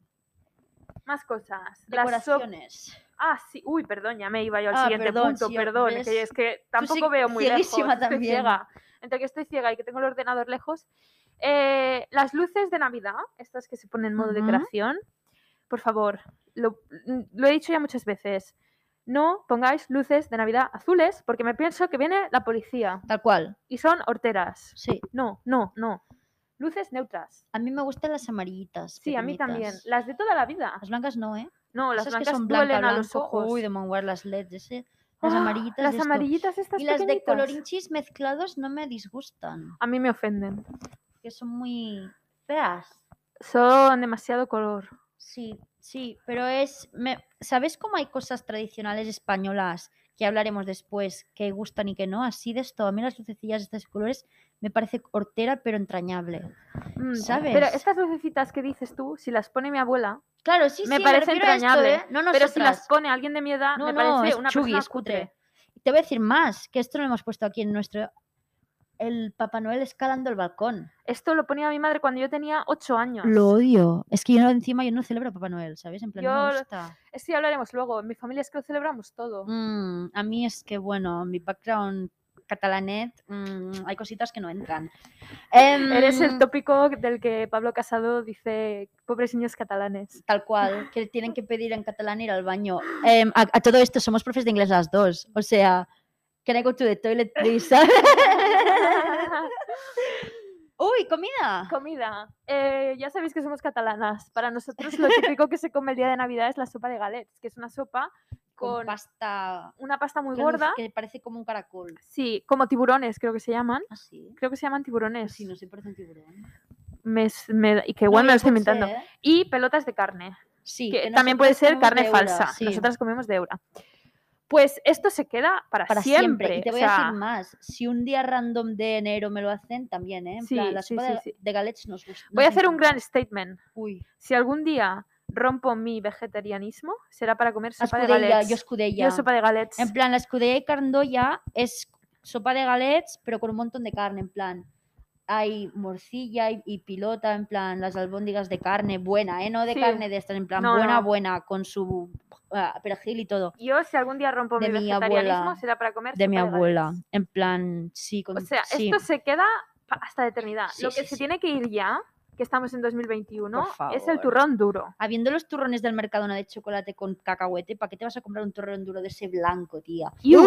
Más cosas. Las so- Decoraciones. Ah, sí. Uy, perdón, ya me iba yo al Ah, siguiente perdón, punto. sí, perdón. ves, Que es que sí- tampoco veo muy lejos. cieguísima Estoy también. ciega. Entre que estoy ciega y que tengo el ordenador lejos. Eh, las luces de Navidad, estas que se ponen en modo Ujú. decoración, por favor, lo, mm, lo he dicho ya muchas veces. No pongáis luces de Navidad azules porque me pienso que viene la policía Tal cual, y son horteras. sí. No, no, no. Luces neutras. A mí me gustan las amarillitas. Sí, a mí también. pequeñitas. Las de toda la vida. Las blancas no, ¿eh? No, las Esas blancas que son duelen blanca, a los blanco. ojos. Uy, de monguar las LEDs, ese. Las Ah, amarillitas. Las de esto. amarillitas estas Y las de pequeñitas. colorinchis mezclados no me disgustan. A mí me ofenden. Que son muy feas. Son demasiado color. Sí, sí, pero es. me- ¿Sabes cómo hay cosas tradicionales españolas que hablaremos después que gustan y que no? Así de esto. A mí las lucecillas de estos colores me parece hortera, pero entrañable. Mm, ¿Sabes? Pero estas lucecitas que dices tú, si las pone mi abuela, Claro, sí, Me sí, parece me refiero a esto, entrañable, ¿eh? No pero si las nosotras. pone alguien de mi edad, No, me no, parece es una chugui, persona es cutre. Te voy a decir más, que esto lo hemos puesto aquí en nuestro... El Papá Noel escalando el balcón. Esto lo ponía mi madre cuando yo tenía 8 años. Lo odio. Es que yo no- encima yo no celebro a Papá Noel, ¿sabes? En plan, no me Yo- gusta. Esto ya hablaremos luego. En mi familia es que lo celebramos todo. Mm, a mí es que, bueno, mi background catalanet, mm, hay cositas que no entran. Eres el Em, tópico del que Pablo Casado dice, pobres niños catalanes. Tal cual, que tienen que pedir en catalán ir al baño. Em, a, a todo esto somos profes de inglés las dos. O sea, can I go to the toilet, please? Uy, comida. Comida. Eh, ya sabéis que somos catalanas. Para nosotros lo típico que se come el día de Navidad es la sopa de galets, que es una sopa Con con pasta una pasta muy que luce- gorda. que parece como un caracol. Sí, como tiburones creo que se llaman. Así. Creo que se llaman tiburones. Ah, Sí, no sé, parece un tiburón. Me s- me- y que igual me lo No, yo estoy pensé, inventando. ¿eh? Y pelotas de carne. Sí. que que también puede nosotros ser comemos carne de euro, falsa. sí, Nosotras comemos de eura. Pues esto se queda para, Para siempre. siempre. Y te o voy a sea, decir más. Si un día random de enero me lo hacen, también, ¿eh? En Sí, plan, la sí, sopa sí, de, sí. de galets nos gusta. Voy a nos hacer un encanta. gran statement. Uy. Si algún día rompo mi vegetarianismo, será para comer sopa de Escudella, galets. yo escudella. Yo sopa de galets. En plan, la escudella y carndoya es sopa de galets, pero con un montón de carne, en plan. Hay morcilla y, y pilota, en plan, las albóndigas de carne buena, ¿eh? No de Sí. carne de estas, en plan, No, buena, no. buena, con su ah, perejil y todo. Yo, si algún día rompo De mi mi vegetarianismo, abuela, será para comer De mi sopa abuela, galets. en plan, sí, con... O sea, sí. esto se queda pa- hasta la eternidad. Sí, Lo que sí, se sí. tiene que ir ya, que estamos en 2021, Por es el favor. turrón duro. Habiendo los turrones del Mercadona de chocolate con cacahuete, ¿para qué te vas a comprar un turrón duro de ese blanco, tía? Iu.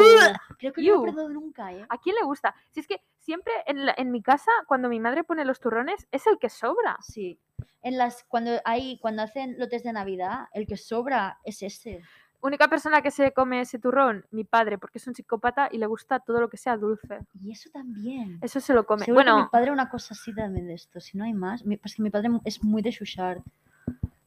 Creo que no Iu. lo he probado nunca, ¿eh? ¿A quién le gusta? Si es que siempre en, la- en mi casa, cuando mi madre pone los turrones, es el que sobra. Sí. En las, cuando, hay, cuando hacen lotes de Navidad, el que sobra es ese. Única persona que se come ese turrón, mi padre, porque es un psicópata y le gusta todo lo que sea dulce. Y eso también. Eso se lo come. Seguro que mi bueno, padre una cosa así también de esto, si no hay más. Mi, es que mi padre es muy de chuchar.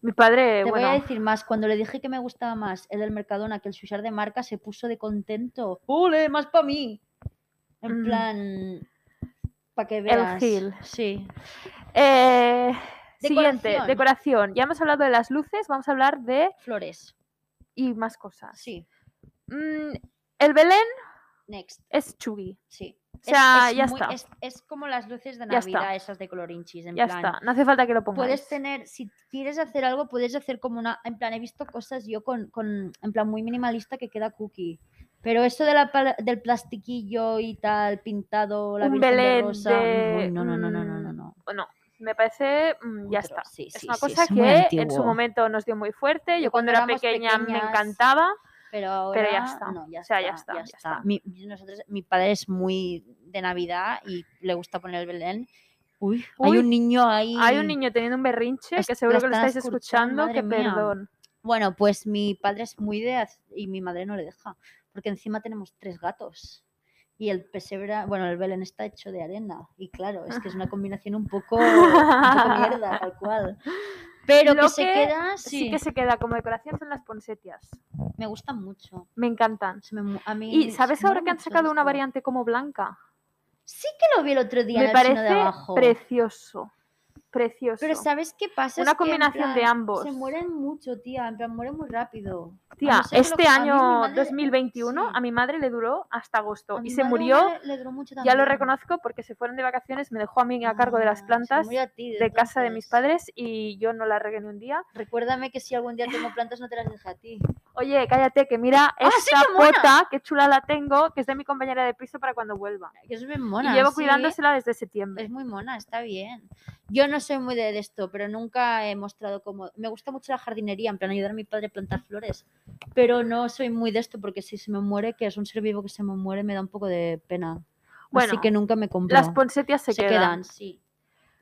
mi padre, Te voy bueno, a decir más, cuando le dije que me gustaba más el del Mercadona que el chuchar de marca, se puso de contento. ¡Ole, más para mí! En Mm. plan, para que veas. Gil. Sí. eh, siguiente, Decoración. decoración. Ya hemos hablado de las luces, vamos a hablar de Flores. y más cosas. Sí. Mm, el Belén Next. es chugui. Sí. O sea, ya muy- está. Es, es como las luces de Ya está. Navidad, esas de colorinchis. En Ya plan, está, no hace falta que lo pongas. Puedes tener, si quieres hacer algo, puedes hacer como una. En plan, he visto cosas yo con, con en plan muy minimalista que queda cookie. Pero esto de la, pala- del plastiquillo y tal, pintado, la Un Virgen de Belén rosa, mm, de, No, no, no, no, no, no. mm, no. Bueno, me parece, mm, ya Otro, está. sí, es sí, una sí, cosa es muy que en su antiguo. momento nos dio muy fuerte. Yo, Yo cuando cuando era éramos pequeña me pequeñas, encantaba. Pero ahora. pero ya está, no, ya o sea, ya está. está, ya ya está. está. Mi, nosotros, mi padre es muy de Navidad y le gusta poner el Belén. Uy, Uy, hay un niño ahí. Hay un niño teniendo un berrinche Est- que lo seguro que lo están estáis escuchando, escuchando, que madre mía. perdón. Bueno, pues mi padre es muy de haz- y mi madre no le deja, porque encima tenemos tres gatos. Y el pesebre, bueno, el Belén está hecho de arena. Y claro, es que es una combinación un poco, un poco mierda, tal cual. Pero Lo que se que queda, sí, Sí. que se queda como decoración son las ponsetas. me gustan mucho. Me encantan. Se me mu- a mí Y se ¿sabes me ahora mola que han mucho sacado una esto. variante como blanca? Sí que lo vi el otro día Me en el chino parece de abajo. precioso. Precioso. Pero ¿sabes qué pasa? Una Es que, en combinación de plan, ambos. Se mueren mucho, tía. En plan, mueren muy rápido. A no Tía, ser que lo- este a mí mi año madre- 2021 sí. a mi madre le duró hasta agosto A y mi se madre murió. una le duró mucho Ya lo también. reconozco porque se fueron de vacaciones, me dejó a mí a cargo de Ah, las se plantas murió a ti, de casa de mis entonces. padres y yo no la regué ni un día. Recuérdame que si algún día tengo plantas no te las dejé a ti. Oye, cállate, que mira Ah, sí, esta qué mona. pota, qué chula la tengo, que es de mi compañera de piso para cuando vuelva. Que es bien mona. y llevo sí, Eh, cuidándosela desde septiembre. Es muy mona, está bien. Yo no soy muy de de esto, pero nunca he mostrado cómo. Me gusta mucho la jardinería, en plan ayudar a mi padre a plantar flores. Pero no soy muy de esto porque si se me muere, que es un ser vivo que se me muere, me da un poco de pena. Bueno, Así que nunca me compro. Las ponsetias se, Se quedan. sí.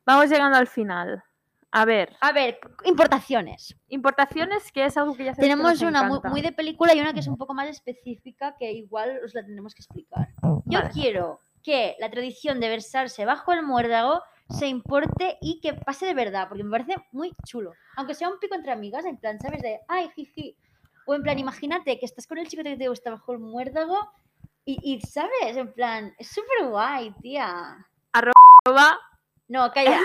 Vamos llegando al final. A ver, A ver, importaciones. importaciones, que es algo que ya sabes que Tenemos nos una muy, encanta. muy de película y una que es un poco más específica que igual os la tenemos que explicar. Yo Vale. quiero que la tradición de versarse bajo el muérdago se importe y que pase de verdad, porque me parece muy chulo. Aunque sea un pico entre amigas, en plan, ¿sabes? De, ay, jiji. O en plan, imagínate que estás con el chico que te gusta bajo el muérdago y, y, ¿sabes? En plan, es súper guay, tía. Arroba No, calla.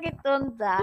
qué tonta.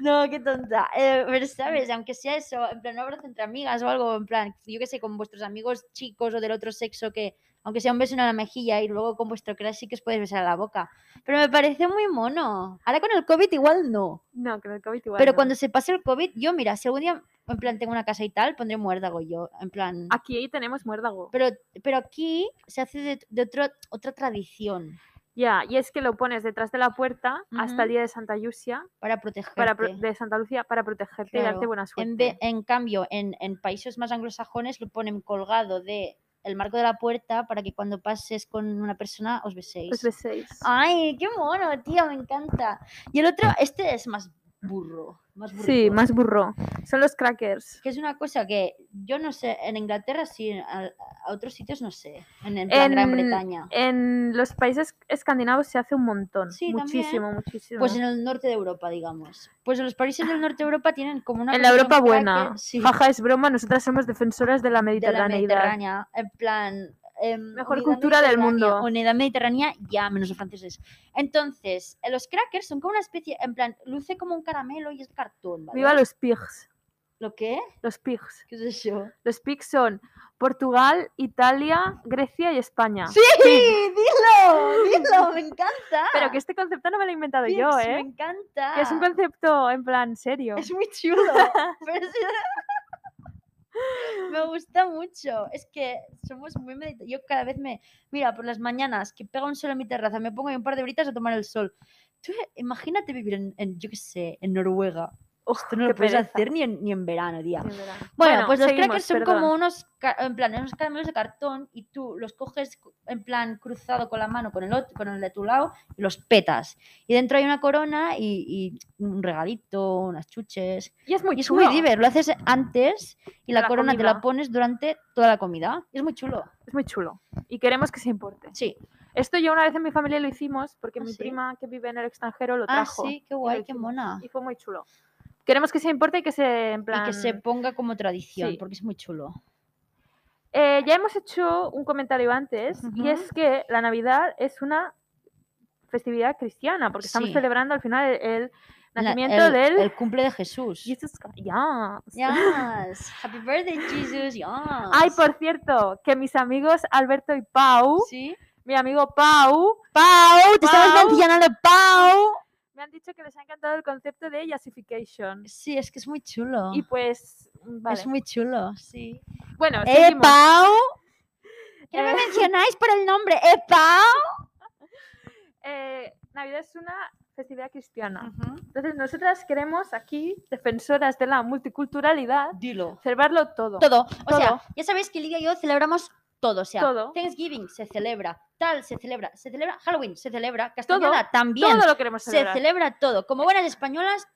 No, qué tonta. Eh, pero sabes, aunque sea eso, en plan, un abrazo entre amigas o algo, en plan, yo qué sé, con vuestros amigos chicos o del otro sexo que, aunque sea un beso en la mejilla y luego con vuestro crush sí que os podéis besar la boca. Pero me parece muy mono. Ahora con el COVID igual no. No, que el COVID igual. pero no. cuando se pase el COVID, yo mira, si algún día, en plan, tengo una casa y tal, pondré muérdago yo, en plan... Aquí tenemos muérdago. Pero, pero aquí se hace de, de otro- otra tradición Ya, y es que lo pones detrás de la puerta hasta el Ujú. día de Santa Lucia, para proteger. para pro- de Santa Lucía, para protegerte y darte Claro. buena En, suerte. ve- en cambio, en, en países más anglosajones lo ponen colgado de el marco de la puerta para que cuando pases con una persona os beséis. Os beséis. Ay, qué mono, tío, me encanta. Y el otro, este es más burro, más sí, burruco, más burro. Son los crackers. que es una cosa que yo no sé, en Inglaterra sí, en- a, a otros sitios no sé, en, en En- plan Gran Bretaña. En los países escandinavos se hace un montón. Sí, también. muchísimo, muchísimo. Pues en el norte de Europa, digamos. Pues en los países del norte de Europa tienen como una... En la cosa que Europa son buena. crackers, sí. Jaja, es broma, nosotras somos defensoras de la de la mediterraneidad. Mediterránea. En plan. em, Mejor unidad cultura del mediterránea, mundo. Unidad mediterránea, ya, menos los franceses. Entonces, eh, los crackers son como una especie. En plan, luce como un caramelo y es de cartón. ¿vale? Viva los pigs. ¿Lo qué? Los pigs. ¿Qué es eso? Los pigs son Portugal, Italia, Grecia y España. ¡Sí! ¡Dilo! ¡Dilo! ¡Me encanta! Pero que este concepto no me lo he inventado Pigs, yo, Me ¿eh? encanta. Que es un concepto en plan serio. Es muy chulo. pero es- Me gusta mucho. Es que somos muy medita- Yo cada vez me. Mira, por las mañanas que pega un sol en mi terraza, me pongo ahí un par de britas a tomar el sol. Tú eh, imagínate vivir en, en, yo qué sé, en Noruega. Esto no qué lo puedes pereza. hacer ni en, ni en verano, tía. Sí, es verdad. Bueno, pues los seguimos, crackers son perdón. como unos, ca- en plan, unos caramelos de cartón y tú los coges cu- en plan cruzado con la mano, con el, otro, con el de tu lado, y los petas. Y dentro hay una corona y, y un regalito, unas chuches. Y es muy Y es chulo. muy diver, lo haces antes y la, la corona te la comida. pones durante toda la comida. Y es muy chulo. Es muy chulo. Y queremos que se importe. Sí. Esto yo una vez en mi familia lo hicimos porque Ah, mi sí. prima que vive en el extranjero lo Ah, trajo. sí, qué lo guay, qué hicimos. mona. Y fue muy chulo. Queremos que se importe y que se... En plan... Y que se ponga como tradición, Sí. porque es muy chulo. Eh, ya hemos hecho un comentario antes Ujú. y es que la Navidad es una festividad cristiana porque estamos Sí. celebrando al final el, el La- nacimiento el, del el cumple de Jesús. Jesus Christ. Yes. Yes. Happy birthday, Jesus. Yes. Ay, por cierto, que mis amigos Alberto y Pau, Sí. mi amigo Pau, Pau, te estabas mencionando Pau. me han dicho que les ha encantado el concepto de jazzification. Sí, es que es muy chulo. Y pues, vale. Es muy chulo, sí. Bueno, ¡Eh, seguimos. Pau! ¿Qué no Eh. me mencionáis por el nombre? ¡Eh, Pau! Eh, Navidad es una festividad cristiana. Entonces, nosotras queremos aquí, defensoras de la multiculturalidad, Dilo. observarlo todo. Todo. O sea, Todo. ya sabéis que Lidia y yo celebramos todo. O sea, Todo. Thanksgiving se celebra, tal se celebra, se celebra Halloween, se celebra, Castellana también. Todo lo queremos se celebrar. celebra todo. Como buenas españolas,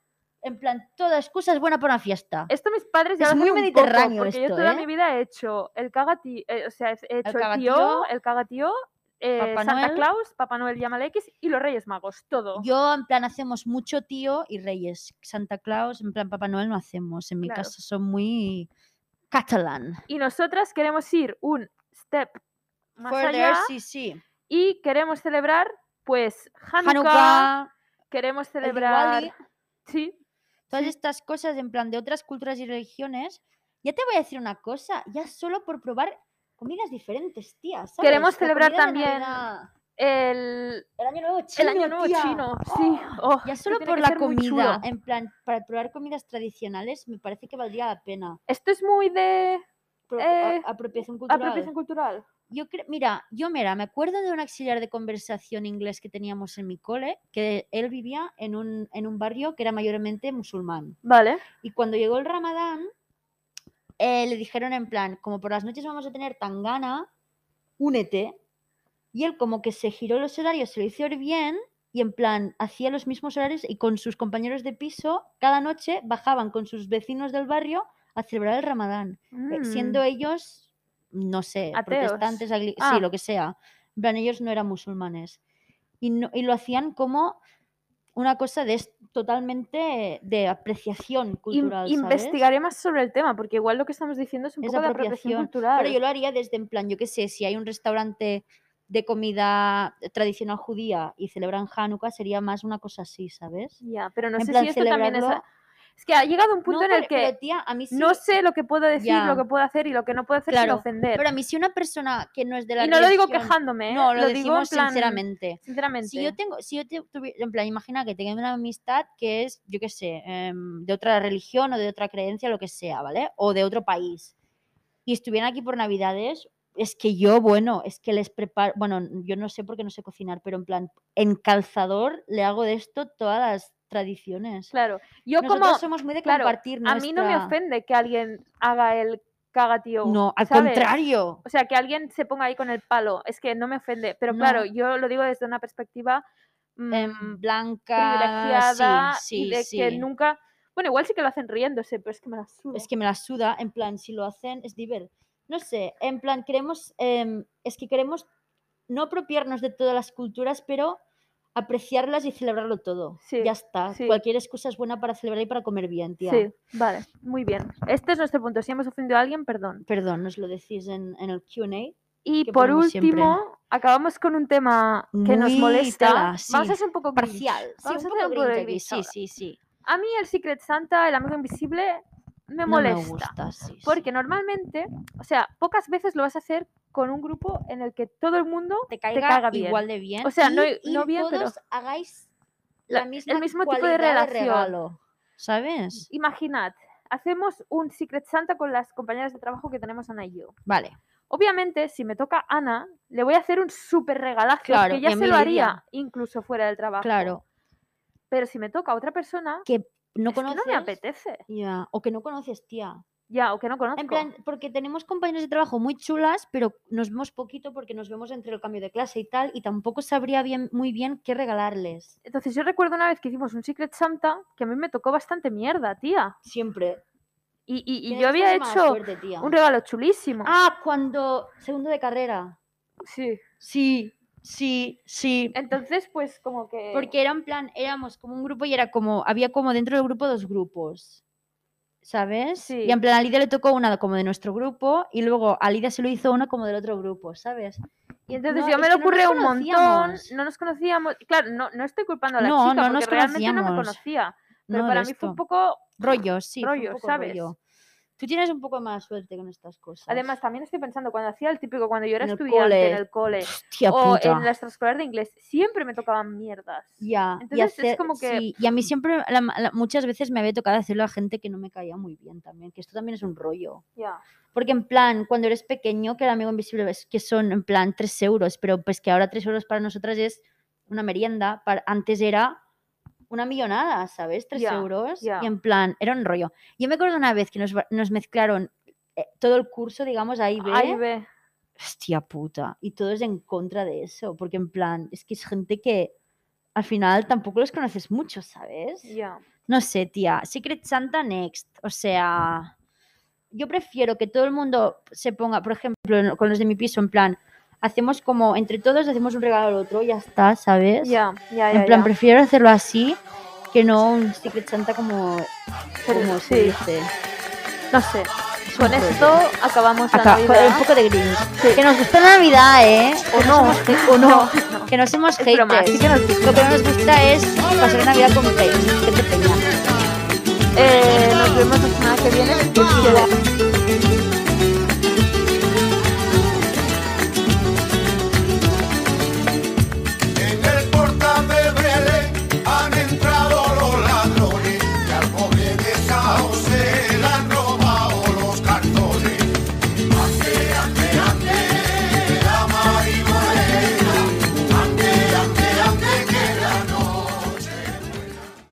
en plan, toda excusa es buena para una fiesta. Esto mis padres ya Es lo muy hacen un poco, mediterráneo porque esto, yo toda ¿eh? mi vida he hecho el cagati, eh, o sea, he hecho el, cagatío, tío, el cagatío, eh, Papá Santa Noel. Claus, Papá Noel y Amalekis y los Reyes Magos, todo. Yo, en plan, hacemos mucho tío y reyes. Santa Claus, en plan, Papá Noel no hacemos. En mi Claro. caso son muy catalán. Y nosotras queremos ir un step más Further, allá sí, sí. y queremos celebrar, pues, Hanukkah, Hanukkah, queremos el celebrar... Diwali, Sí, todas estas cosas, en plan, de otras culturas y religiones. Ya te voy a decir una cosa, ya solo por probar comidas diferentes, tía. ¿sabes? Queremos La celebrar comida de también Navidad, el, El año nuevo el chino. Año Nuevo tía. chino, sí. oh, Ya esto solo tiene por que la ser muy comida, chulo. en plan, para probar comidas tradicionales, me parece que valdría la pena. Esto es muy de Pro- Eh, a- apropiación cultural. apropiación cultural. Yo creo, mira, yo mira, me acuerdo de un auxiliar de conversación inglés que teníamos en mi cole, que él vivía en un, en un barrio que era mayormente musulmán. Vale. Y cuando llegó el Ramadán, eh, le dijeron en plan, como por las noches vamos a tener tangana, únete. Y él como que se giró los horarios, se lo hizo bien y en plan hacía los mismos horarios y con sus compañeros de piso cada noche bajaban con sus vecinos del barrio a celebrar el Ramadán eh, siendo Mm, ellos, no sé, Ateos. protestantes, agli- Ah. sí, lo que sea. En plan, ellos no eran musulmanes. Y, no- y lo hacían como una cosa de, es- totalmente de apreciación in- cultural. ¿sabes? investigaré más sobre el tema, porque igual lo que estamos diciendo es un Es poco de apropiación, apropiación cultural. Pero yo lo haría desde en plan, yo qué sé, si hay un restaurante de comida tradicional judía y celebran Hanukkah, sería más una cosa así, ¿sabes? Ya, pero no en sé plan, si esto también es. celebrarlo- Es que ha llegado un punto No, en el pero- que pero, tía, a mí sí- no sé lo que puedo decir, Ya. lo que puedo hacer y lo que no puedo hacer Claro, sin ofender. pero a mí si una persona que no es de la y no lo digo religión- quejándome, ¿eh? No, lo, digo decimos en plan- sinceramente. Sinceramente. Si yo tengo, si yo te- tuvi- en plan, imagina que tengo una amistad que es, yo qué sé, em, de otra religión o de otra creencia, lo que sea, ¿vale? O de otro país. Y estuvieran aquí por Navidades, es que yo, bueno, es que les preparo, bueno, n- yo no sé porque no sé cocinar, pero en plan, en calzador le hago de esto todas las tradiciones. Claro. Yo Nosotros como. somos muy de claro, compartir A mí no me nuestra- ofende que alguien haga el cagatío. No, al ¿sabes? contrario. O sea, que alguien se ponga ahí con el palo. Es que no me ofende. Pero No. claro, yo lo digo desde una perspectiva mm, Em, blanca, privilegiada sí, sí, y de sí. que nunca. Bueno, igual sí que lo hacen riéndose, pero es que me la suda. es que me la suda, en plan, si lo hacen es diver. No sé, en plan, queremos, em, es que queremos no apropiarnos de todas las culturas, pero apreciarlas y celebrarlo todo. Sí, ya está, sí. cualquier excusa es buena para celebrar y para comer bien, tía. Sí, vale, muy bien. Este es nuestro punto. Si hemos ofendido a alguien, perdón. Perdón, nos lo decís en, en el QA. Y Que por ponemos último, siempre. acabamos con un tema que nos Muy molesta. tela, sí. Vamos a hacer un poco cringe. Parcial. Sí, Vamos un a hacer poco un poco de grinch aquí, grinch sí, ahora. sí, sí. A mí el Secret Santa, el amigo invisible, me No molesta. me gusta, sí, sí. Porque normalmente, o sea, pocas veces lo vas a hacer con un grupo en el que todo el mundo te caiga, caiga bien. igual de bien. O sea, y- no- y no bien, pero- todos hagáis La- la misma mismo tipo de cualidad relación. regalo, ¿sabes? Imaginad, hacemos un Secret Santa con las compañeras de trabajo que tenemos Ana y yo. Vale. Obviamente, si me toca Ana, le voy a hacer un súper regalaje, Claro, que y ya a se mí lo le haría incluso fuera del trabajo. Claro. Pero si me toca a otra persona, Que no es que conoces. no me apetece. Ya, O que no conoces, tía. Ya, o que no conozco. En plan, porque tenemos compañeros de trabajo muy chulas, pero nos vemos poquito porque nos vemos entre el cambio de clase y tal, y tampoco sabría bien, muy bien qué regalarles. Entonces yo recuerdo una vez que hicimos un Secret Santa que a mí me tocó bastante mierda, tía. Siempre. Y, y- y Tienes yo que había ser mala hecho suerte, tía. un regalo chulísimo. Ah, cuando. Segundo de carrera. Sí. Sí, sí, sí. Entonces, pues como que... Porque era en plan, éramos como un grupo y era como, había como dentro del grupo dos grupos. ¿Sabes? Sí. Y en plan a Lidia le tocó una como de nuestro grupo y luego a Lidia se lo hizo una como del otro grupo, ¿sabes? Y entonces No, yo me es lo que no nos ocurrió un montón, conocíamos. no nos conocíamos. Claro, no, no estoy culpando a la No, chica no porque nos realmente no me conocíamos. conocía. Pero No, para de mí fue un esto. poco. rollos, sí, fue un rollos, poco ¿sabes? rollo. Tú tienes un poco más suerte con estas cosas. Además, también estoy pensando, cuando hacía el típico, cuando yo era En el estudiante en cole. el cole Hostia o puta. en la extraescolar de inglés, siempre me tocaban mierdas. Ya, y Entonces, es hacer- como que- sí, y a mí siempre, la- la- muchas veces me había tocado hacerlo a gente que no me caía muy bien también, que esto también es un rollo. Ya. Porque en plan, cuando eres pequeño, que el amigo invisible ves que son en plan 3 euros, pero pues que ahora 3 euros para nosotras es una merienda, para, antes era una millonada, ¿sabes? 3 Ya, euros. ya. Y en plan, era un rollo. Yo me acuerdo una vez que nos, va- nos mezclaron eh, todo el curso, digamos, ahí ve. Ahí ve. Hostia puta. Y todos en contra de eso, porque en plan, es que es gente que al final tampoco los conoces mucho, ¿sabes? Ya. No sé, tía. Secret Santa Next. O sea, yo prefiero que todo el mundo se ponga, por ejemplo, en- con los de mi piso, en plan, hacemos como entre todos hacemos un regalo al otro, ya está, ¿sabes? Ya, ya, ya. en plan, ya. prefiero hacerlo así que no un Secret Santa como, Pero como se sí, dice. no sé. Es un Con rollo. esto acabamos la Acá, un Navidad. poco de Grinch. Sí. Que nos gusta la Navidad, ¿eh? O Que no, somos hate- o no. no. Que no somos Es broma, haters. así que nos gusta. Lo que no nos gusta es pasar Navidad con Grinch. Que te peña. Eh, nos vemos la semana